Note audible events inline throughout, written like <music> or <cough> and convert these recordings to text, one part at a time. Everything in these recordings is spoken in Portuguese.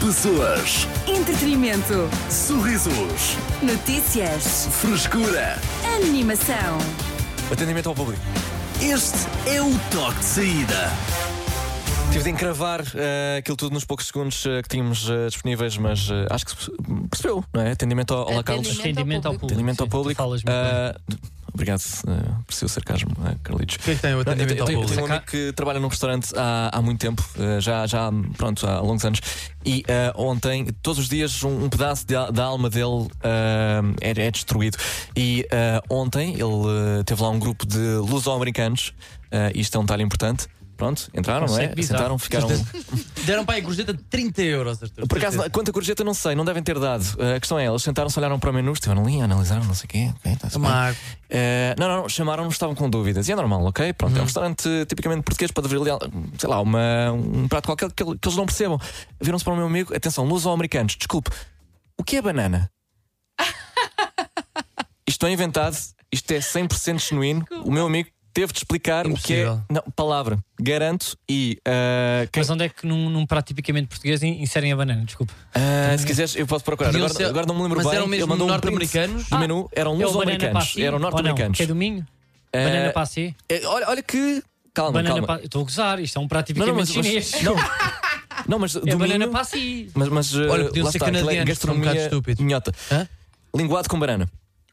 Pessoas, Entretenimento. sorrisos, Notícias. frescura. Animação. Atendimento ao público. Este é o toque de saída. Tive de encravar eh, aquilo tudo nos poucos segundos eh, que tínhamos eh, disponíveis, mas eh, acho que se percebeu, não é? Atendimento ao, ao Carlos. Atendimento ao público. Atendimento ao Sim, público. tu falas muito bem. Ah, d- obrigado eh, por seu sarcasmo, eh, Carlitos. Quem tem o Não, eu, atendimento eu ao tenho, eu tenho um público? amigo que trabalha num restaurante há, há muito tempo, eh, já, já há, pronto, há longos anos, e eh, ontem, todos os dias, um, um pedaço de a- da alma dele eh, é, é destruído. E eh, ontem ele eh, teve lá um grupo de luso-americanos, eh, isto é um detalhe importante. Pronto, entraram, não é? Conceito Sentaram, bizarro. ficaram. Deram para a gorjeta de 30 euros, Arthur. Por acaso, quanto a gorjeta, não sei, não devem ter dado. Eh, a questão é, eles sentaram-se, olharam para o menu, estiveram ali, analisaram, não sei o quê. ok, tá-se bem. Uma Eh, não, não, não, chamaram-nos, estavam com dúvidas. E é normal, ok? Pronto, Hum. é um restaurante eh, tipicamente português para haver ali, sei lá, uma- um prato qualquer que, ele- que eles não percebam. Viram-se para o meu amigo, atenção, luso-americanos, desculpe, o que é <laughs> banana? Isto é inventado, isto é 100% genuíno. O meu amigo teve de explicar o Impossível. que é. Não, palavra, garanto. E eh, quem- Mas onde é que num, num prato tipicamente português in- inserem a banana? Desculpa. ah, se quiseres, eu posso procurar. Podiam Agora, ser- agora não me lembro mas bem. eram mesmo Ele mandou um print norte-americanos? Do menu eram É o banana luso-americanos. passi? Eram ou não? norte-americanos. Que é domingo? Eh, Banana passi? eh, olha, olha que. Calma, Banana calma. passi? Estou a gozar, isto é um prato Não, não, tipicamente mas, mas- chinês. <laughs> não. Não, mas É domínio- banana passi. Mas, mas eh, Olha, podiam lá ser está, aquilo é canadianos, que são um gastronomia bocado estúpidos. minhota. Hã? Linguado com banana.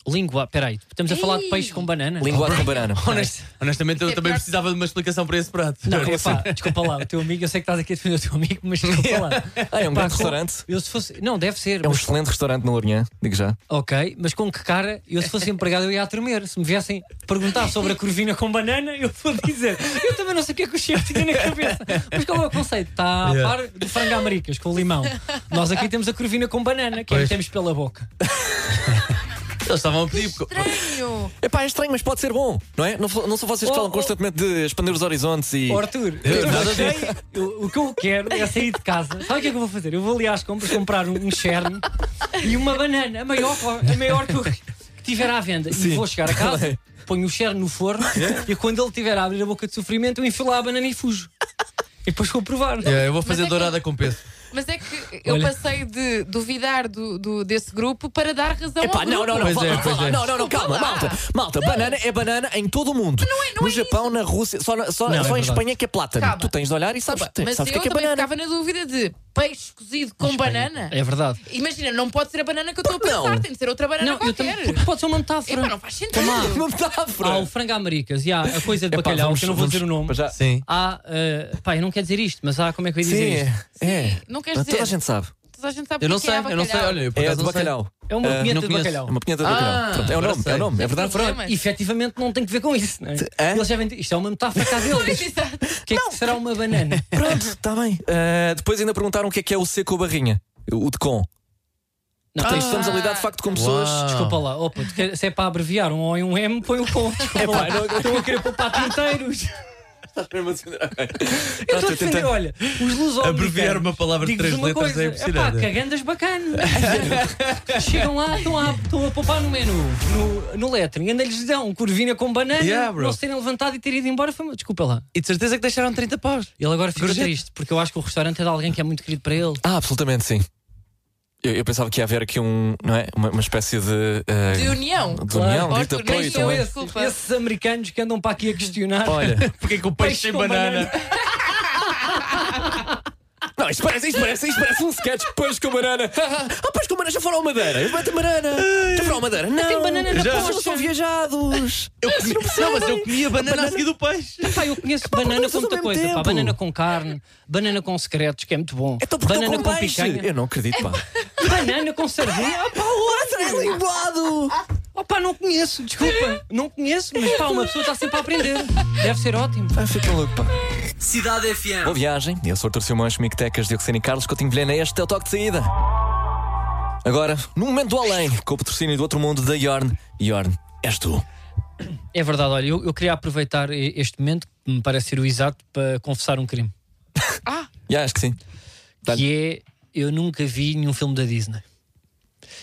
Língua, peraí, estamos a falar de peixe com banana? Linguado com banana. Honest- honestamente, eu também precisava de uma explicação para esse prato. Não, epá, desculpa lá, o teu amigo, eu sei que estás aqui a defender o teu amigo, mas desculpa lá. <laughs> Ah, é um Pá, grande com- restaurante. Eu se fosse. Não, deve ser. É um mas- excelente restaurante na Lourinhã, digo já. Ok, mas com que cara? Eu se fosse empregado eu ia a tremer. Se me viessem perguntar sobre a corvina com banana, eu vou dizer. Eu também não sei o que é que o chefe tinha na cabeça. Mas qual é o conceito? Está a Yeah. par do frango à maricas com limão. Nós aqui temos a corvina com banana, que é Pois. que temos pela boca. Eles estavam a pedir. porque- Estranho! Epá, é estranho, mas pode ser bom, não é? Não, fo- não são vocês que Oh, falam oh. constantemente de expandir os horizontes e. Ó, Arthur, Eu- eu estou nada cheio. Eu- o que eu quero é sair de casa. Sabe o que é que eu vou fazer? Eu vou ali às compras comprar um, um cerne e uma banana, a maior, a maior que, eu- que tiver à venda. E <laughs> vou chegar a casa, ponho o cerne no forno É? e quando ele tiver a abrir a boca de sofrimento, eu enfio lá a banana e fujo. E depois vou provar. É, eu vou fazer é que- dourada com peso. Mas é que eu Olha. passei de duvidar do, do- desse grupo para dar razão Epá, ao não, grupo. não, não, Pois vá é, lá, pois vá lá. é. não, não, não, calma, Vá lá. malta, malta, banana é banana em todo o mundo. não no é Japão, na Rússia, só, na- só, Não, é só em verdade. Espanha que é plátano. Calma. Tu tens de olhar e sabes, Desculpa, Mas sabes o que eu é que é também banana. ficava na dúvida de peixe cozido com banana. É verdade. Imagina, não pode ser a banana que eu estou a Porque não? pensar, tem de ser outra banana Não, eu também, qualquer. porque pode ser uma metáfora. Epá, não faz sentido. Toma. Uma metáfora. Há o frango à maricas e há a coisa de Epá, bacalhau, vamos- que eu não vou vamos- dizer o nome. Já- Sim. Há, eh, pá, eu não quero dizer isto, mas há, como é que eu ia dizer Sim, isto? é. Não queres Toda dizer? a gente sabe. Toda a gente sabe Eu não o que é sei, que é eu não sei. abacalhau. Olha, eu por É a acaso de não sei. bacalhau. É uma Ah, pinheta não de conheço. É bacalhau. uma pinheta de Ah, bacalhau. Pronto, é o agora nome, é o sei. nome, é Sem verdade. problema. Mas- efetivamente não tem que ver com isso, não é? Hã? Eles já vêm, isto é uma metáfora cá deles. <laughs> Exato. O que é que será uma banana? Pronto, <laughs> está bem. Ah, depois ainda perguntaram o que é que é o C com a barrinha. O de com. Não, Portanto, ah, estamos a lidar de facto com pessoas. Uau. Desculpa lá, opa, tu quer- se é para abreviar um O e um M, põe o com. Desculpa Epá, lá. não- Tá, Estão a querer poupar inteiros. Eu Nós estou a tentamos- defender, olha, os luzes Abreviar uma palavra de três uma letras coisa, é Epá, impressionante. cagandas bacana. <laughs> Chegam lá, estão a, estão a poupar no menu, no, no lettering. Ainda lhes dão curvina com banana, Yeah, bro. não se terem levantado e terem ido embora. Foi uma... Desculpa lá. E de certeza que deixaram 30 paus. Ele agora fica Gorjeta. triste, porque eu acho que o restaurante é de alguém que é muito querido para ele. Ah, absolutamente sim. Eu, eu pensava que ia haver aqui um, não é? Uma, uma espécie de. ah, De união. de união, é Claro. de Arthur, apoio São nem também. eu. esses, Desculpa. É esses americanos que andam para aqui a questionar. <laughs> Olha, Porquê que o peixe sem com banana. banana? não, isto parece, isto parece, isto parece um sketch. Peixe com banana. <laughs> Ah, peixe com banana, já foram à Madeira. Vai ter banana. Já foram à Madeira. Não, tem banana na já. poxa. Vocês são viajados. Eu comi- Não, mas eu comia banana a seguir do peixe. Pá, eu conheço banana mas com ao muita mesmo coisa. Pá, tempo. banana com carne, banana com secretos, que é muito bom. Então porque banana eu com com peixe. picanha, Eu não acredito, pá. É banana com sardinha. Ah, pá, É linguado. Oh, pá, não conheço, desculpa. Não conheço, mas pá, uma pessoa está sempre a aprender. Deve ser ótimo. Ah, fica louco, pá. Cidade FM. Boa viagem. Eu sou Artur Simões, Mico Tecas, Dioxina e Carlos Coutinho Vilhena. Este é o Toque de Saída. Agora, no momento do além, com o patrocínio do outro mundo da Yorn. Yorn, és tu. É verdade, olha, eu, eu queria aproveitar e- este momento, que me parece ser o exato, para confessar um crime. Já, acho que sim. Dá-lhe. Que é, eu nunca vi nenhum filme da Disney.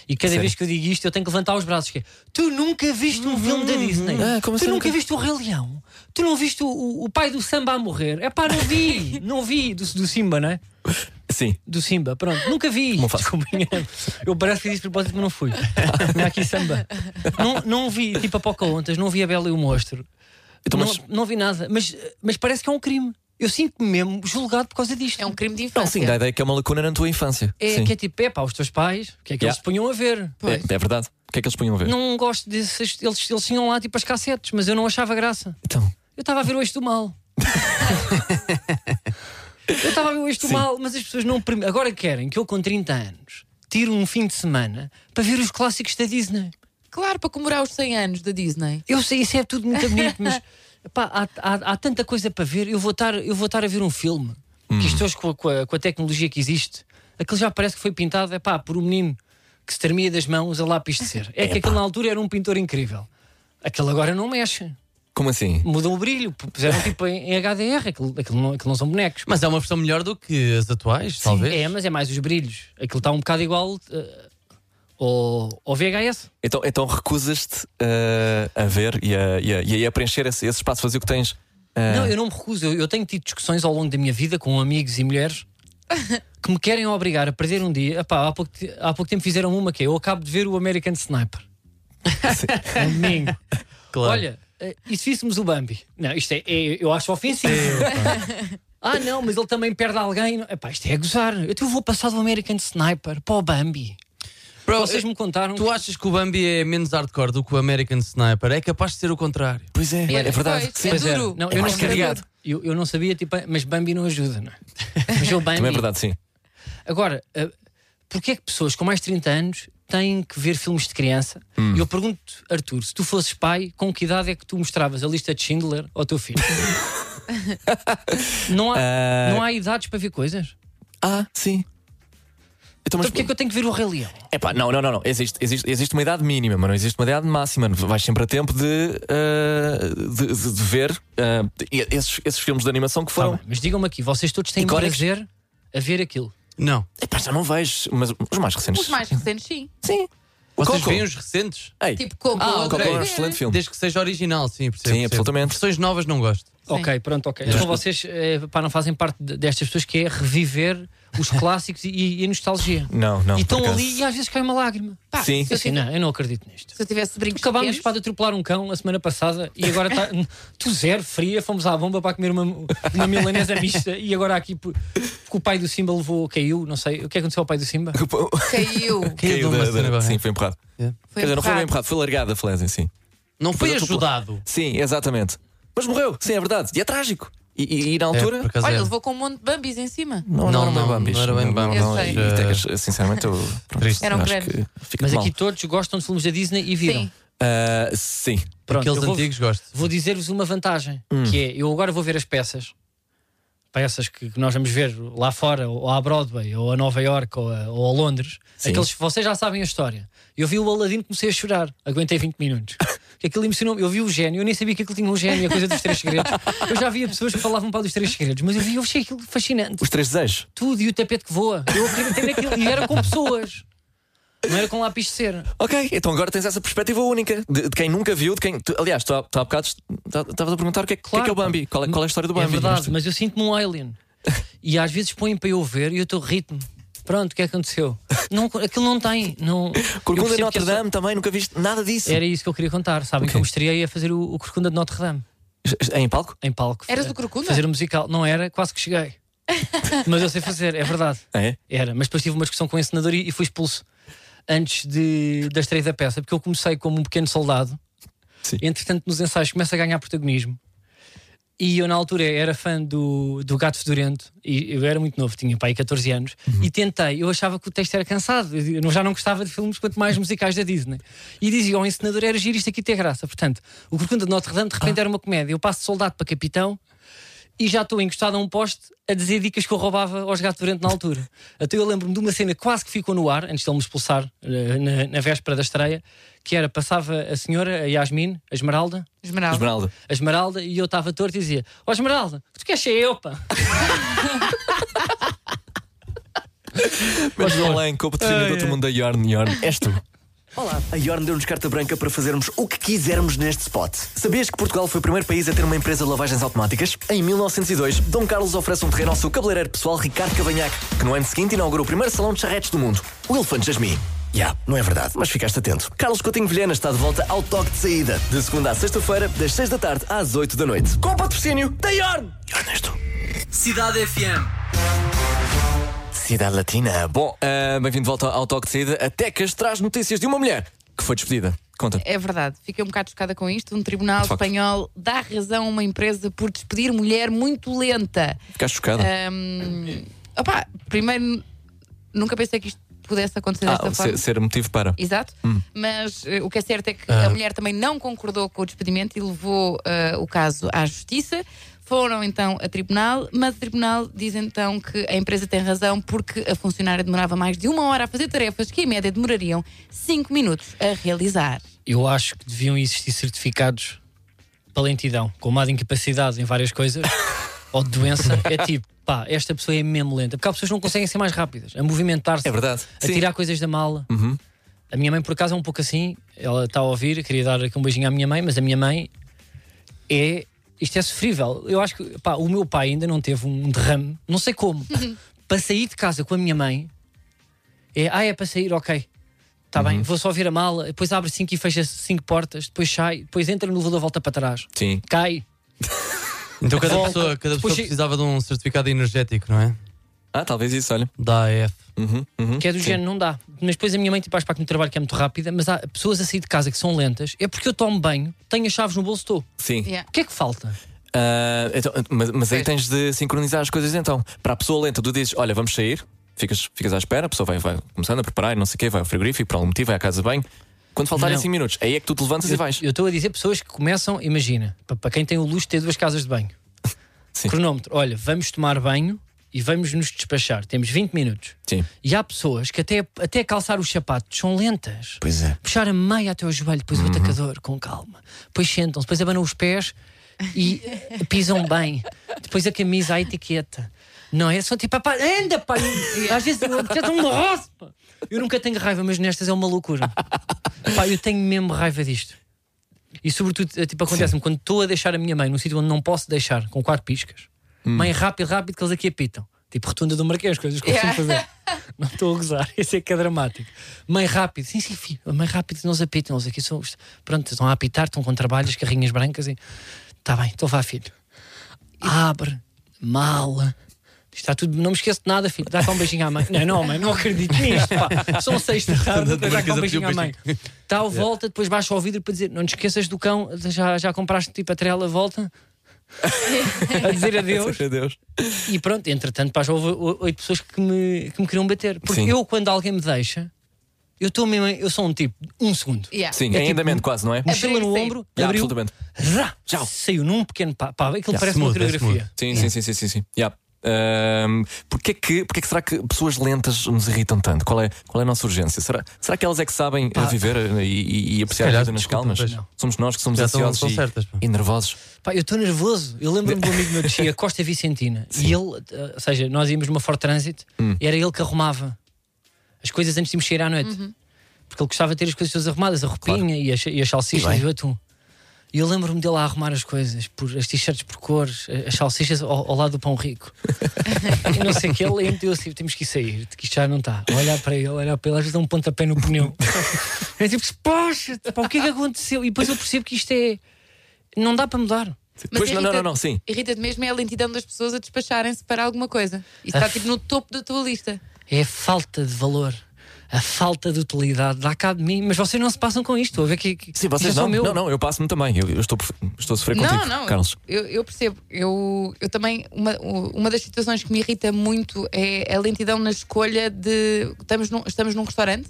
E cada Sério? vez que eu digo isto, eu tenho que levantar os braços. Que é, tu nunca viste um filme da Disney? Ah, como tu assim nunca nunca- viste o Rei Leão? <laughs> Tu não viste o, o- o pai do samba a morrer? É pá, não vi, não vi, do, do Simba, não é? Sim. do Simba. Pronto, nunca vi. Não faço. Desculpem. <laughs> Eu parece que disse de propósito, mas não fui. Tinha aqui samba. Não, não vi, tipo a Pocahontas, não vi a Bela e o Monstro. Então, não, mas- não vi nada. Mas, mas parece que é um crime. Eu sinto-me mesmo julgado por causa disto. É um crime de Não, infância. sim, dá a ideia que é uma lacuna na tua infância. É, sim. que é tipo, é pá, os teus pais, o que é que Yeah. eles se punham a ver? Pois. É, é verdade. O que é que eles punham a ver? Não gosto desses. Eles, eles tinham lá tipo as cassetes, mas eu não achava graça. Então, Eu estava a ver o eixo do mal. eu estava a ver o eixo do mal, mas as pessoas não. permi- Agora querem que eu, com 30 anos, tire um fim de semana para ver os clássicos da Disney. Claro, para comemorar os 100 anos da Disney. Eu sei, isso é tudo muito bonito, mas pá, há, há- há tanta coisa para ver. Eu vou estar, eu vou estar a ver um filme que isto hoje, com a, com a- com a tecnologia que existe, aquilo já parece que foi pintado é pá, por um menino que se termia das mãos a lápis de cera. É que aquele na altura era um pintor incrível. Aquele agora não mexe. como assim? Mudou o brilho, puseram tipo em em HDR, aquilo, aquilo, não, aquilo não são bonecos. Mas é uma versão melhor do que as atuais, talvez. É, mas é mais os brilhos. Aquilo está um bocado igual eh, ao, ao VHS. Então, então recusas-te eh, a ver e a, e a- e a preencher esse, esse espaço vazio que tens. eh, Não, eu não me recuso. Eu, eu tenho tido discussões ao longo da minha vida com amigos e mulheres que me querem obrigar a perder um dia. Epá, há, pouco, te- há pouco tempo fizeram uma que é, eu acabo de ver o American Sniper. <laughs> Um domingo. Claro. Olha, eh, e se víssemos o Bambi? Não, isto é, é- eu acho ofensivo. <laughs> ah, não, mas ele também perde alguém. Epá, isto é a gozar. Eu, eu vou passar do American Sniper para o Bambi. Bro, Vocês me contaram. Tu achas que o Bambi é menos hardcore do que o American Sniper? É capaz de ser o contrário. Pois é, é, verdade. Pois, Sim. é Pois é. duro. Não, É eu, não mais sabia, carregado. eu, eu não sabia, tipo, mas Bambi não ajuda, não é? Mas o Bambi. Também é verdade, sim. Agora, ah, porquê é que pessoas com mais de 30 anos têm que ver filmes de criança? Hum. E eu pergunto, Arthur, se tu fosses pai, com que idade é que tu mostravas a lista de Schindler ao <laughs> teu filho? não, há, Ah. não há idades para ver coisas. Ah, sim. Então, mas Tá Então porquê é que eu tenho que ver o Rei Leão? Epá, não, não, não, não. Existe, existe, existe uma idade mínima, mas não existe uma idade máxima. Vais sempre a tempo de, eh, de, de- de ver eh, e- esses, esses filmes de animação que Tá foram. bem, mas digam-me aqui, vocês todos têm Icónicos. prazer a ver aquilo. Não. Epá, já não vejo, mas os mais recentes. Os mais recentes, sim. Sim. Vocês Coco. veem os recentes? Ei, Tipo, como Ah, outra ok. Coco é um vez. excelente filme. Desde que seja original, sim, percebo. Sim, percebo. absolutamente. Versões novas não gosto. Ok, pronto, ok. Então vocês eh, pá, não fazem parte de- destas pessoas que é reviver os clássicos e, e a nostalgia. Não, não. e estão por acaso. ali e às vezes cai uma lágrima. Pá, Sim. Se Eu eu assim, tivesse, não, eu não acredito nisto. se eu tivesse brincos Acabámos pá, pequenos, de atropelar um cão a semana passada e agora está. <laughs> tu zero, fria, fomos à bomba para comer uma, uma milanesa mista e agora aqui. por- Porque o pai do Simba levou, caiu, não sei. O que é que aconteceu ao pai do Simba? <laughs> caiu. Caiu de uma da- cena da- agora. Sim, foi empurrado. Foi Quer dizer, não foi bem empurrado. empurrado, foi largada a Flazen, sim. Não foi Mas eu tô- ajudado. Sim, exatamente. Mas morreu, sim, é verdade. E é trágico. E, e- e na altura. É, por acaso Olha, é. levou com um monte de bambis em cima. Não, não, Não, não, não, Bambis. não era bem Bambis. não, Eu e sei. Tecas, sinceramente, eu. pronto, Triste. Era um acho grande. que fica Mas mal. aqui todos gostam de filmes da Disney e viram. Sim. Ah, sim. Pronto, Aqueles eu vou- antigos gosto. Vou dizer-vos uma vantagem, que é, eu agora vou ver as peças, peças que, que nós vamos ver lá fora, ou à Broadway, ou a Nova York, ou a, ou a Londres, Sim. aqueles que vocês já sabem a história. Eu vi o Aladdin, comecei a chorar, aguentei 20 minutos. Que Aquilo emocionou eu vi o gênio, eu nem sabia que aquilo tinha um gênio, a coisa dos três segredos. Eu já via pessoas que falavam para dos três segredos, mas eu vi, eu achei aquilo fascinante Os três desejos. tudo e o tapete que voa. Eu acreditei naquilo. E era com pessoas. Não era com um lápis de cera. Ok, então agora tens essa perspectiva única de, de quem nunca viu, de quem. tu- aliás, tu há, tu há bocado estavas a perguntar o que é, o que é Claro. que é o Bambi, qual é, qual é a história do É Bambi. verdade, Mas- mas eu sinto-me um alien. E às vezes põem para eu ver e eu estou ritmo. Pronto, o que é que aconteceu? Não, aquilo não tem. Não, eu Corcunda percebo de que Notre é só- Dame também, nunca viste nada disso. Era isso que eu queria contar. Sabem que eu me estreiei a fazer o, o Corcunda de Notre Dame É Em palco? em palco. Eras Eh, do Corcunda? Fazer um musical. Não era, quase que <laughs> cheguei. mas eu sei fazer, é verdade. É. Era, mas depois tive uma discussão com o encenador e, e fui expulso antes de, da estreia da peça, porque eu comecei como um pequeno soldado. Sim. Entretanto, nos ensaios começa a ganhar protagonismo. E eu, na altura, era fã do, do Gato Fedorento, e eu era muito novo, tinha pai 14 anos, e tentei. Eu achava que o texto era cansado, eu já não gostava de filmes, quanto mais musicais da Disney. E dizia ao encenador: era giro isto aqui ter graça. Portanto, o Corcunda de Notre Dame de repente era uma comédia. Eu passo de soldado para capitão, e já estou encostado a um poste a dizer dicas que eu roubava aos gato durante na altura. Até eu lembro-me de uma cena que quase que ficou no ar, antes de ele me expulsar, eh, na, na véspera da estreia, que era passava a senhora, a Yasmin, a Esmeralda, Esmeralda. Esmeralda. a Esmeralda, e eu estava torto e dizia: Ó Esmeralda, o que tu queres ser eu, pá? Mas além, competição do outro mundo da Yarn, Yarn. És tu. Olá. A Yorn deu-nos carta branca para fazermos o que quisermos neste spot. Sabias que Portugal foi o primeiro país a ter uma empresa de lavagens automáticas? Em 1902, Dom Carlos oferece um terreno ao seu cabeleireiro pessoal Ricardo Cavanhaque, que no ano seguinte inaugura o primeiro salão de charretes do mundo, o Elefante Jasmine. Já, não é verdade, mas ficaste atento. Carlos Coutinho Vilhena está de volta ao toque de saída, de segunda à sexta-feira, das 6 da tarde às 8 da noite. Com o patrocínio da Yorn! Ernesto. Cidade FM. Cidade Latina. Bom, ah, bem-vindo de volta ao Toque de Saída. A Tecas traz notícias de uma mulher que foi despedida. Conta. É verdade, fiquei um bocado chocada com isto. Um tribunal De facto. espanhol dá razão a uma empresa por despedir mulher muito lenta. Ficaste chocada. Eh, Ahm, opá, primeiro, nunca pensei que isto pudesse acontecer Ah, desta forma. ser, ser motivo para. Exato. Hum. Mas eh, o que é certo é que Ah. a mulher também não concordou com o despedimento e levou eh, o caso à justiça. Foram então a tribunal, mas o tribunal diz então que a empresa tem razão porque a funcionária demorava mais de uma hora a fazer tarefas que em média demorariam cinco minutos a realizar. Eu acho que deviam existir certificados para lentidão, como há de incapacidade em <laughs> várias coisas, ou de doença. É tipo, pá, esta pessoa é mesmo lenta. Porque há pessoas que não conseguem ser mais rápidas, a movimentar-se, É verdade. a Sim. Uhum. tirar coisas da mala. A minha mãe, por acaso, é um pouco assim. Ela está a ouvir, queria dar aqui um beijinho à minha mãe, mas a minha mãe é. Isto é sofrível. Eu acho que pá, o meu pai ainda não teve um derrame, não <laughs> sei como, para sair de casa com a minha mãe. É, ah, é para sair, ok. Está Tá bem, Uhum. vou só ouvir a mala, depois abre cinco e fecha cinco portas, depois sai, depois entra no elevador, volta para trás. Sim. Cai. Então cada Volta. pessoa, cada pessoa Depois- precisava de um certificado energético, não é? Ah, talvez isso, olha. Da AF. Uhum, uhum. Que é do género, não dá. Mas depois a minha mãe, tipo, faz para no trabalho que é muito rápida, mas há pessoas a sair de casa que são lentas. É porque eu tomo banho, tenho as chaves no bolso, estou. Sim. Yeah. O que é que falta? Ah, então, mas, mas aí tens Pois. de sincronizar as coisas então. Para a pessoa lenta, tu dizes: Olha, vamos sair, ficas, ficas à espera, a pessoa vai, vai começando a preparar e não sei o quê, vai ao frigorífico, por algum motivo, vai à casa de banho. Quando faltarem Não. 5 minutos, aí é que tu te levantas e vais. Eu estou a dizer pessoas que começam, imagina, pa- para quem tem o luxo de ter duas casas de banho. <laughs> Sim. Cronómetro, olha, vamos tomar banho e vamos nos despachar. Temos 20 minutos. <laughs> Sim. E há pessoas que até, até calçar os sapatos são lentas. Pois é. Uhum. Puxar a meia até ao joelho, depois o atacador, com calma. Depois sentam-se, depois abanam os pés <laughs> e pisam bem. Depois a camisa, a etiqueta. Não é? Só tipo, pá, anda, pá! Às vezes eu até dou um roço, pá. Eu nunca tenho raiva, mas nestas é uma loucura. Pá, eu tenho mesmo raiva disto. E sobretudo, eh, tipo, acontece-me quando estou a deixar a minha mãe num sítio onde não posso deixar, com quatro piscas. Hum. Mãe, rápido, rápido, que eles aqui apitam. Tipo, rotunda do Marquês, coisas que eu costumo fazer. <laughs> <laughs> Não estou a gozar, isso é que é dramático. Mãe, rápido, sim, sim, filho, mãe, rápido, não os apitam, eles aqui são. os- Pronto, estão a apitar, estão com trabalhos, carrinhas brancas e. Está bem, então vá, filho. Abre, mala. Está tudo, não me esqueço de nada, filho. Dá cá um beijinho à mãe. Não, não, mãe, não acredito nisto. Pá. <laughs> São seis da tarde, dá cá um beijinho à mãe. <laughs> Está à volta, depois baixa o vidro para dizer: Não te esqueças do cão, já, já compraste tipo a trela, volta. <laughs> a dizer adeus. Meu Deus. E pronto, entretanto, pá, já houve o- oito pessoas que me, que me queriam bater. Porque Sim. eu, quando alguém me deixa, eu, estou mesmo, eu sou um tipo, um segundo. Yeah. Sim, É em tipo- andamento quase, não é? É- Mochila Abrir e no sair. ombro, Yeah, abriu, absolutamente. zá, saiu num pequeno pá, pá aquilo parece smooth, uma é coreografia. Sim, sim, sim, sim, sim. sim. Yeah. Ahm, porquê, que, porquê que será que pessoas lentas nos irritam tanto? Qual é, qual é a nossa urgência? Será, será que elas é que sabem eh, viver eh, e, e, e apreciar calhar, a vida nas desculpa, calmas? pois não. Somos nós que somos Já estão- ansiosos estão e, certas, pá. e nervosos. Pá, eu estou nervoso. Eu lembro-me do amigo meu de Chia, Costa Vicentina. E ele, eh, ou seja, nós íamos numa Ford Transit e era ele que arrumava as coisas antes de mexer à noite. Porque ele gostava de ter as coisas todas arrumadas, a roupinha e, as, e as salsichas e, o atum. E eu lembro-me dele a arrumar as coisas, por, as t-shirts por cores, a- as salsichas ao, ao lado do pão rico. e não sei o que, ele lembro-me assim: temos que ir sair, que isto já não está. Olhar para ele, olhar para ele, às vezes dá um pontapé no pneu. é tipo, poxa, pá, o que é que aconteceu? E depois eu percebo que isto é. Não dá para mudar. Mas Pois não, não, irrita- não, não, sim. Irrita-te mesmo é a lentidão das pessoas a despacharem-se para alguma coisa. <laughs> Isso está tipo no topo da tua lista. É a falta de valor, a falta de utilidade. Dá cá de mim, mas vocês não se passam com isto. Estou A ver que, que Sim, vocês isto é só não. meu. Não, não, eu passo-me também. Eu, eu estou, estou a sofrer Não, contigo, não, Carlos. Eu, eu percebo. Eu, eu também, uma, u- uma das situações que me irrita muito é a lentidão na escolha de. Estamos num, estamos num restaurante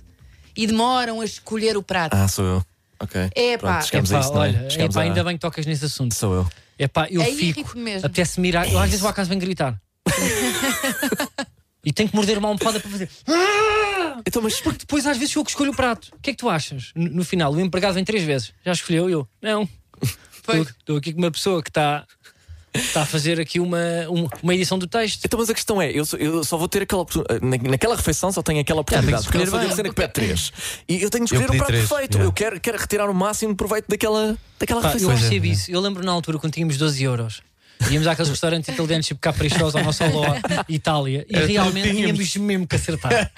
e demoram a escolher o prato. Ah, sou eu. Ok. Epá. Pronto, chegamos Epá, a isso, não é? olha, Chegamos epá, a- ainda bem que tocas nesse assunto. Sou eu. É pá, eu É fico. irrito mesmo. Apetece-me ir. à- Eu às vezes vou à casa bem <laughs> gritar. e tenho que morder uma almofada para fazer. Então, mas Porque depois às vezes sou eu que escolho o prato. O que é que tu achas? No, no final, o empregado vem três vezes. Já escolheu eu? Não. Estou estou aqui com uma pessoa que está Está a fazer aqui uma, um- uma edição do texto. Então, mas a questão é: eu só, eu só vou ter aquela oportunidade. Naquela refeição só tenho aquela oportunidade. tem que escolher porque eu bem. sou que pede 3. E eu tenho de Eu escolher o pedi prato três, perfeito. yeah. Eu quero, quero retirar o máximo proveito daquela, daquela Pá, eu refeição. percebo isso. Eu lembro na altura quando tínhamos 12 euros. Íamos àqueles restaurantes italianos tipo Caprichoso, ao nosso Ló, Itália, e É, realmente tínhamos. tínhamos mesmo que acertar.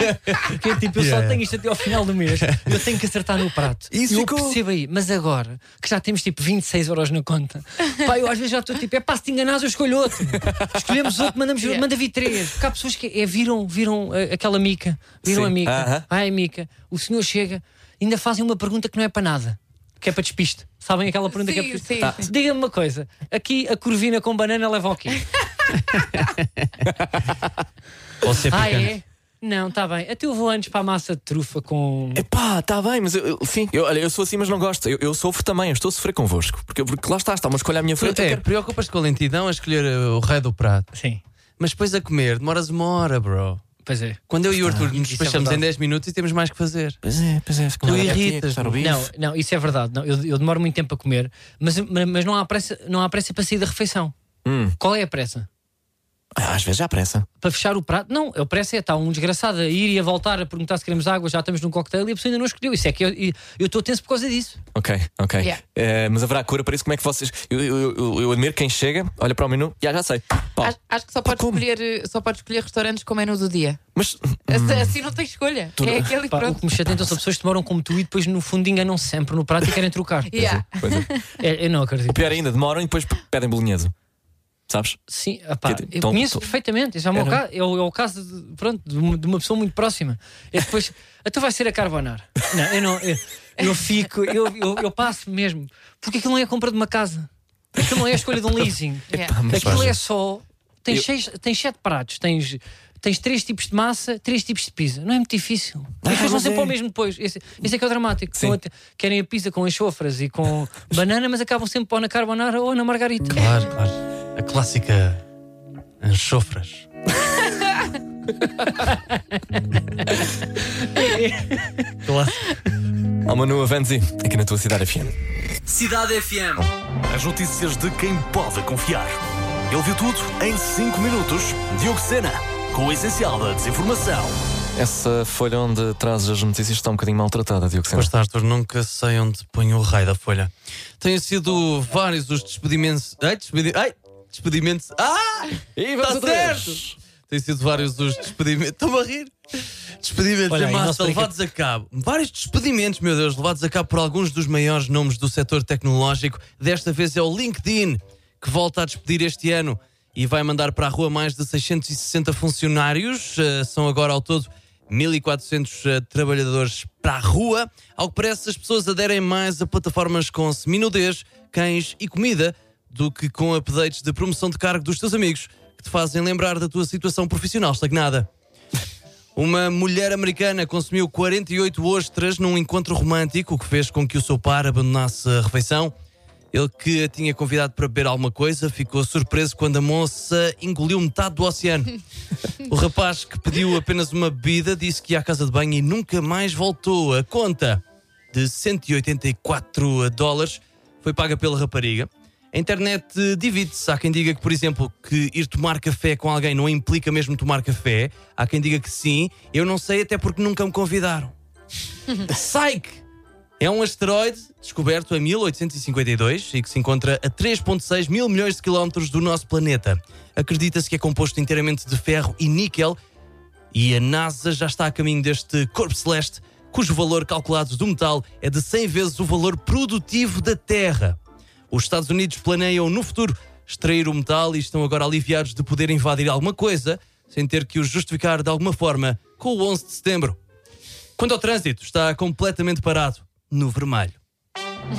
Porque é tipo, eu Yeah. só tenho isto até ao final do mês, eu tenho que acertar no prato. Isso eu ficou- percebo aí, mas agora que já temos tipo 26 euros na conta, pá, eu às vezes já estou tipo, é pá, se te enganares, eu escolho outro. Escolhemos outro, mandamos, Yeah. manda vir três. Porque há pessoas que é, viram, viram eh, aquela mica, viram Sim. a mica, Aham. Ai, Mica, o senhor chega, ainda fazem uma pergunta que não é para nada, que é para despiste. Sabem aquela pergunta que é Sim, para sim, Tá. sim. Diga-me uma coisa: aqui a corvina com banana leva o quê? Ou se é ah, picante. é? Não, está bem. Até eu vou antes para a massa de trufa com. Epá, tá bem, mas eu, eu- sim, eu, olha, eu sou assim, mas não gosto. Eu, eu sofro também, eu estou a sofrer convosco. Porque, porque lá está, está uma escolha à minha frente. Tu- eu É, quero- preocupas-te com a lentidão a escolher uh, o rei do prato. Sim, Mas depois a comer, demoras uma hora, bro. pois é. Quando eu e o Arthur nos isso é despachamos em verdade. 10 minutos e temos mais que fazer. Pois é, pois é, fica Tu lá aqui a irritas, cortar o meu. bife. Não, não, isso é verdade. Não, eu, eu demoro muito tempo a comer, mas, mas não, há pressa, não há pressa para sair da refeição. Hum. Qual é a pressa? Ah, Às vezes há pressa. Para fechar o prato? Não, a pressa é estar um desgraçado a ir e a voltar a perguntar se queremos água, já estamos num cocktail e a pessoa ainda não escolheu. Isso é que eu- eu estou tenso por causa disso. Ok, ok. Yeah. Eh, mas haverá cura para isso? Como é que vocês. Eu, eu, eu- eu admiro quem chega, olha para o menu, já já sei. Pá, Acho, acho que só Pá, podes, como? escolher, eh, só podes escolher restaurantes com menu do dia. Mas Assim, assim não tens escolha. É aquele e Pá, o pronto. que me chateia então são pessoas que demoram como tu e depois no fundo enganam sempre no prato e querem <laughs> trocar. Yeah. Pois é. É, eu não acredito. Pior ainda, demoram e depois p- pedem bolinheso. Sabes? Sim, opá, Quer dizer, eu tão- conheço tão- perfeitamente. Isso é, o meu Era- um- ca- é o, é o caso de, pronto, de, uma, de uma pessoa muito próxima. É depois, <laughs> então vai ser a carbonar. Não, eu não. Eu, eu fico, eu, eu, eu passo mesmo. Porque aquilo não é a compra de uma casa. Aquilo não é a escolha de um leasing. Yeah. Mas Aquilo faz- é só. Tens, seis, tens sete pratos, tens, tens três tipos de massa, três tipos de pizza. Não é muito difícil. E depois vão mas sempre é. ao mesmo depois. Esse, esse é que é o dramático. Sim. Vão até- Querem a pizza com enxofras e <laughs> com banana, mas acabam sempre ou na carbonara ou na margarita. Claro, claro. A clássica anchofras. Clássica. Ao menu Avanzi, aqui na tua cidade FM. Cidade FM. As notícias de quem pode confiar. Ele viu tudo em 5 minutos. Diogo Sena, com o essencial da desinformação. Essa folha onde trazes as notícias está um bocadinho maltratada, Diogo Sena. Pois está, Arthur, nunca sei onde ponho o raio da folha. Têm sido vários os despedimentos. Ai, despedi... Ai, despedimentos. Ah! E Está certo! Têm sido vários os despedimentos. Estou-me a rir. Despedimentos Olha em aí, não se massa brinca. levados a cabo. Vários despedimentos, meu Deus, levados a cabo por alguns dos maiores nomes do setor tecnológico. Desta vez é o LinkedIn, que volta a despedir este ano e vai mandar para a rua mais de 660 funcionários. Eh, são agora ao todo 1.400 eh, trabalhadores para a rua. Ao que parece, as pessoas aderem mais a plataformas com seminudez, cães e comida do que com updates de promoção de cargo dos teus amigos que te fazem lembrar da tua situação profissional estagnada. Uma mulher americana consumiu 48 ostras num encontro romântico, o que fez com que o seu par abandonasse a refeição. Ele que a tinha convidado para beber alguma coisa ficou surpreso quando a moça engoliu metade do oceano. O rapaz que pediu apenas uma bebida disse que ia à casa de banho e nunca mais voltou. A conta de 184 dólares foi paga pela rapariga. A internet eh, divide-se. Há quem diga que, por exemplo, que ir tomar café com alguém não implica mesmo tomar café. Há quem diga que sim. Eu não sei, até porque nunca me convidaram. Psyche! É um asteroide descoberto em 1852 e que se encontra a 3,6 mil milhões de quilómetros do nosso planeta. Acredita-se que é composto inteiramente de ferro e níquel e a NASA já está a caminho deste corpo celeste, cujo valor calculado do metal é de 100 vezes o valor produtivo da Terra. Os Estados Unidos planeiam no futuro extrair o metal e estão agora aliviados de poder invadir alguma coisa sem ter que o justificar de alguma forma com o 11 de setembro. Quanto ao trânsito, está completamente parado no vermelho.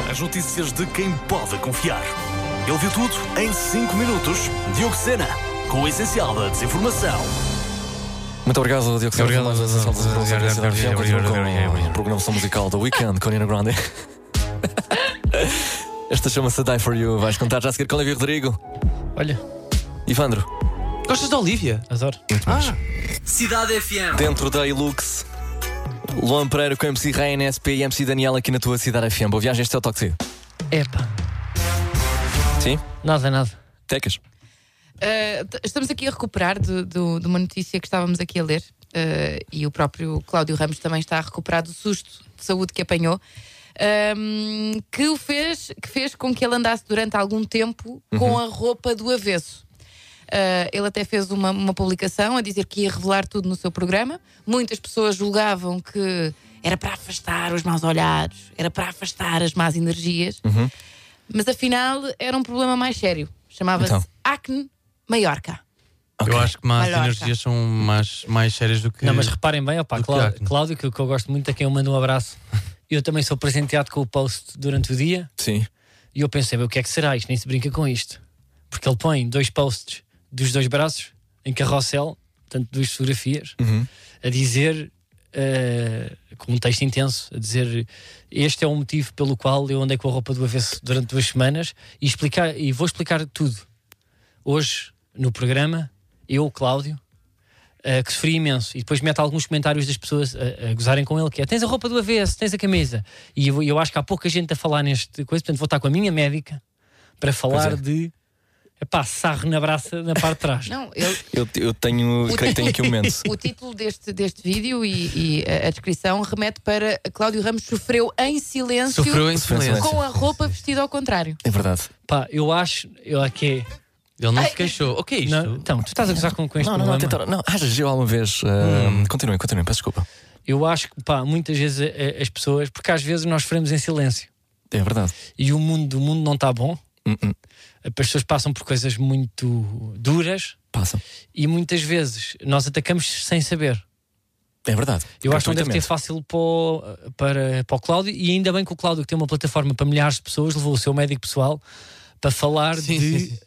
As notícias de quem pode confiar. Ele viu tudo em 5 minutos. Diogo Sena, com o essencial da desinformação. Muito obrigado, Diogo Sena. Obrigado, por mais essa obrigado, saudação da obrigado, nossa cidade obrigado, FM. Continuo obrigado, obrigado, com obrigado. a Programação musical do Weekend com Nina Grande. Esta chama-se Die For You. Vais contar já a seguir com Olivia Rodrigo. Olha, Ivandro, Gostas da Olivia? adoro. Cidade FM. dentro da Ilux. Luan Pereira com MC Ryan, SP e MC Daniel aqui na tua cidade FM. Boa viagem, este é o Toxi. Epá, Sim? nada, nada. Tecas. eh, t- estamos aqui a recuperar de, do- de uma notícia que estávamos aqui a ler eh, e o próprio Cláudio Ramos também está a recuperar do susto de saúde que apanhou. ehm, que o fez que fez com que ele andasse durante algum tempo com a roupa do avesso. Uh, ele até fez uma, uma publicação a dizer que ia revelar tudo no seu programa. Muitas pessoas julgavam que era para afastar os maus olhados, era para afastar as más energias. Mas afinal era um problema mais sério. Chamava-se Então. acne Maiorca. Eu acho que mais Mallorca. energias são mais, mais sérias do que. Não, mas reparem bem, opá, Do que Clá- acne. Cláudio, que, que eu gosto muito, a quem eu mando um abraço. Eu também sou presenteado com o post durante o dia Sim. e eu pensei, "Bem, o que é que será isto? Nem se brinca com isto. Porque ele põe dois posts dos dois braços em carrossel, portanto, duas fotografias, a dizer, eh, com um texto intenso, a dizer este é o motivo pelo qual eu andei com a roupa do avesso durante duas semanas e, explicar, e vou explicar tudo. Hoje, no programa, eu, Cláudio, eh, que sofri imenso. E depois mete alguns comentários das pessoas a, a gozarem com ele, que é tens a roupa do avesso, tens a camisa. E eu, eu acho que há pouca gente a falar neste coisa, portanto vou estar com a minha médica para falar de... Epá, sarro na braça na parte de <laughs> trás. Não, ele, Eu, eu tenho. creio que tenho aqui um <laughs> momento. o título deste, deste vídeo e, e a, a descrição remete para Cláudio Ramos sofreu em silêncio Sofreu em Sofreu em silêncio. com a roupa vestida ao contrário. É verdade. Pá, eu acho. Eu aqui. Ele não se queixou. O que é isto? Não, então, tu estás a gozar com, com este Não, não, não, problema. Hum. tentaram. Não, ah, já alguma vez. ah, Continuem, continuem, peço desculpa. Eu acho que, pá, muitas vezes a- a- as pessoas. Porque às vezes nós sofremos em silêncio. É verdade. E o mundo, o mundo não está bom. Hum, hum, As pessoas passam por coisas muito duras. Passam. E muitas vezes nós atacamos sem saber. É verdade. Eu acho que não deve ter Gratuitamente. fácil para, o- para, para o Cláudio. E ainda bem que o Cláudio, que tem uma plataforma para milhares de pessoas, levou o seu médico pessoal para falar Sim, de sim, sim.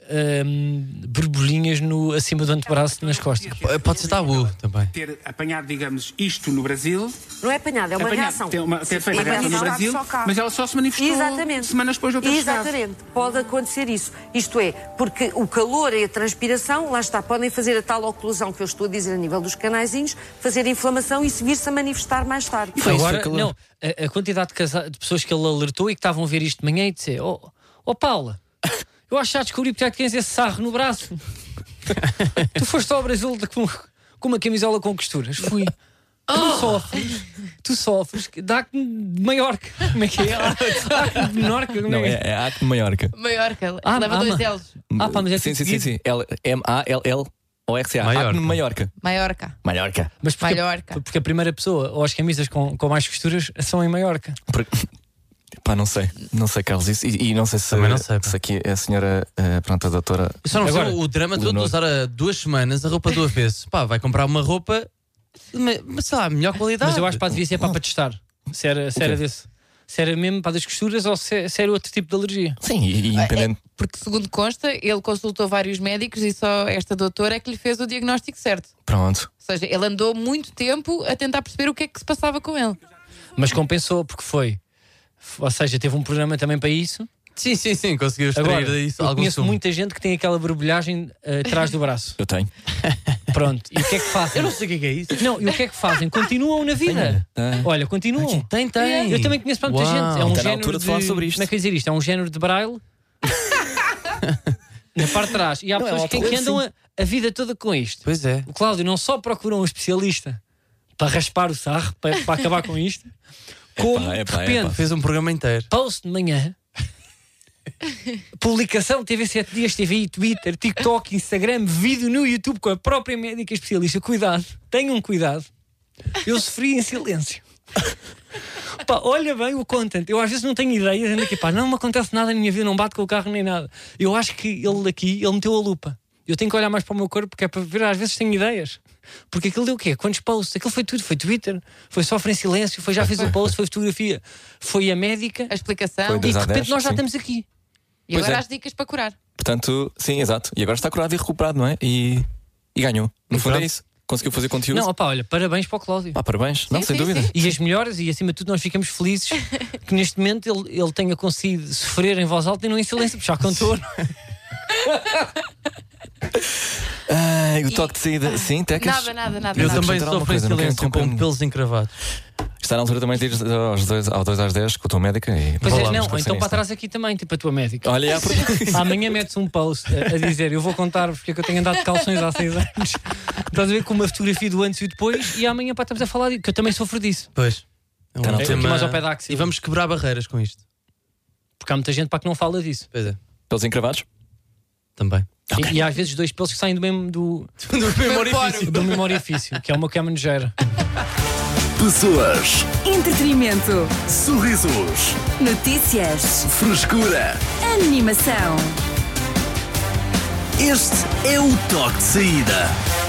hum, borbulhinhas no, acima do antebraço nas costas. P- Pode ser tabu também. ter apanhado, digamos, isto no Brasil. Não é apanhada, é uma apanhado, reação. Ter, uma, ter feito a E reação no manifestado Brasil, só cá. mas ela só se manifestou Exatamente. semanas depois de eu ter chegado. Exatamente. Pode acontecer isso. Isto é, porque o calor e a transpiração, lá está, podem fazer a tal oclusão que eu estou a dizer a nível dos canaizinhos, fazer inflamação e se vir-se a manifestar mais tarde. Foi isso, Agora, foi calor. não, a, a quantidade de, casa- de pessoas que ele alertou e que estavam a ver isto de manhã e dizer: Oh, oh Paula, eu acho que já descobri porque é que tens esse sarro no braço. <laughs> tu foste ao Brasil de- com, com uma camisola com costuras. Fui. Tu Oh! sofres, tu sofres, que dá-te de Maiorca. Como é que <laughs> é? Dá-te de Menorca, como Não, é é, que é? é Acme Maiorca. Maiorca, Ah, leva ah, dois ma- L's. Ah, pá, mas é sim, tudo sim, sim, seguido. sim. L- M-A-L-L-O-R-C-A. Maiorca. Acme Maiorca. Maiorca. Maiorca. Mas porque, Maiorca. porque a primeira pessoa ou as camisas com, com mais costuras são em Maiorca. Por- <laughs> Pá, não sei, não sei, Carlos. Isso, e, e não sei se, Também não sei, pá. se aqui a senhora, eh, pronto, a doutora. Eu só não Agora, percebo o drama todo de Leonor. usar a duas semanas a roupa do avesso. Pá, vai comprar uma roupa, de me- mas sei lá, melhor qualidade. Mas eu acho que pá, devia ser pá, para testar. Se era, se era quê? desse. Se era mesmo para das costuras ou se, se era outro tipo de alergia. Sim, e, É, e independente. Porque, segundo consta, ele consultou vários médicos e só esta doutora é que lhe fez o diagnóstico certo. Pronto. Ou seja, ele andou muito tempo a tentar perceber o que é que se passava com ele. Mas compensou, porque foi. f- Ou seja, teve um programa também para isso. Sim, sim, sim, conseguiu extrair Agora, daí eu algum conheço sumo. muita gente que tem aquela borbulhagem eh, atrás do <laughs> braço. Eu tenho. Pronto. E o que é que fazem? sei o que é isso. né? Não, e o que é que fazem? Continuam na vida. Tem. Olha, continuam. Tem, tem. Eu também conheço pá, muita Uau. gente. É um Está na género altura de falar sobre isto. Como é que eu ia dizer isto? É um género <laughs> de braille. na parte de trás. E há Não, é pessoas uma que, coisa que andam a, a vida toda com isto. Pois é. O Cláudio não só procura um especialista para raspar o sarro, para, para acabar com isto, como Epá, epá, de repente epá. Fez um programa inteiro. post de manhã, publicação TV 7 Dias TV, Twitter, TikTok, Instagram, vídeo no YouTube com a própria médica especialista. Cuidado, tenham cuidado. Eu sofri em silêncio. Pá, olha bem o content. Eu às vezes não tenho ideias, ando aqui, pá, não me acontece nada na minha vida, não bato com o carro nem nada. Eu acho que ele daqui, ele meteu a lupa. Eu tenho que olhar mais para o meu corpo, porque é para ver, às vezes tenho ideias. Porque aquilo deu o quê? Quantos posts? Aquilo foi tudo, foi Twitter, foi sofre em silêncio, foi já fiz um post, foi fotografia, foi a médica, A explicação. Foi e Dois de a repente dez, nós já sim. estamos aqui. E agora Pois é. as dicas para curar. Portanto, sim, exato. E agora está curado e recuperado, não é? E, e ganhou. No fundo é isso. Conseguiu fazer conteúdo. Não, opá, olha, parabéns para o Cláudio. Pá, parabéns. não, sem sim, dúvida. E as melhores, e acima de tudo, nós ficamos felizes <laughs> que neste momento ele, ele tenha conseguido sofrer em voz alta e não em silêncio, porque já contou. Ai, o toque de saída. Sim, Tecas. Nada, nada, nada. Eu Mas nada. também acrescentar alguma sofro em coisa, não quero silêncio, interromper com muito. pelos encravados. está na altura também de ir aos dois, ao 2 às 10 com a tua médica e Pois é, falamos não, com ou a então para cineasta. trás aqui também, tipo a tua médica. Olha, é, <laughs> há por- Amanhã metes um post a, a dizer: Eu vou contar porque é que eu tenho andado de calções há seis anos. Estás a ver com uma fotografia do antes e o depois, e amanhã pá, estamos a falar disso, que eu também sofro disso. Pois. É um Tá na altura. tema- Aqui mais ao pé da axila. E vamos quebrar barreiras com isto. Porque há muita gente para que não fala disso. Pois é. pelos encravados. Também. E- E, há às vezes dois pelos que saem do mesmo, do, do mesmo orifício, que é uma que é manejeira. Pessoas, Entretenimento. sorrisos, Notícias. frescura. Animação. Este é o toque de saída.